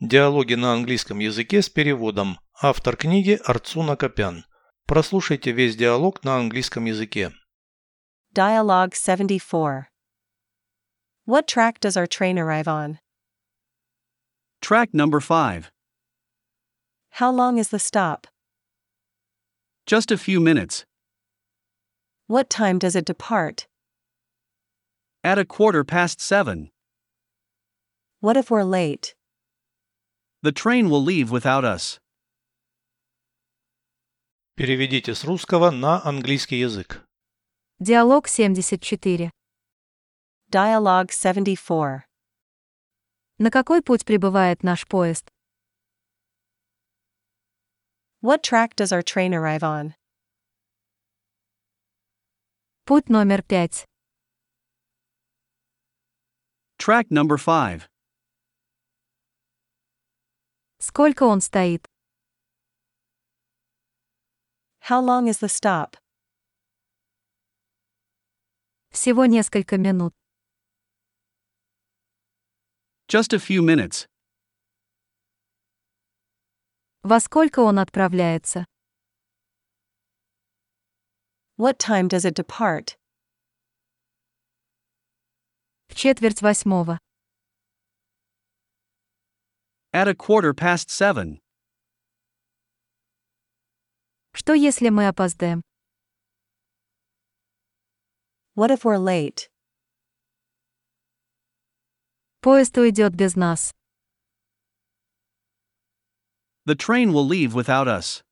Диалоги на английском языке с переводом. Автор книги Арцуна Копян. Прослушайте весь диалог на английском языке. Dialogue 74. What track does our train arrive on? Track number 5. How long is the stop? Just a few minutes. What time does it depart? At a quarter past 7. What if we're late? The train will leave without us. Переведите с русского на английский язык. Диалог 74. Dialogue 74. На какой путь прибывает наш поезд? What track does our train arrive on? Путь номер 5. Track number 5. Сколько он стоит? How long is the stop? Всего несколько минут. Just a few minutes. Во сколько он отправляется? What time does it depart? В четверть восьмого. At a quarter past 7. Что если мы опоздаем? What if we're late? Поезд уйдет без нас. The train will leave without us.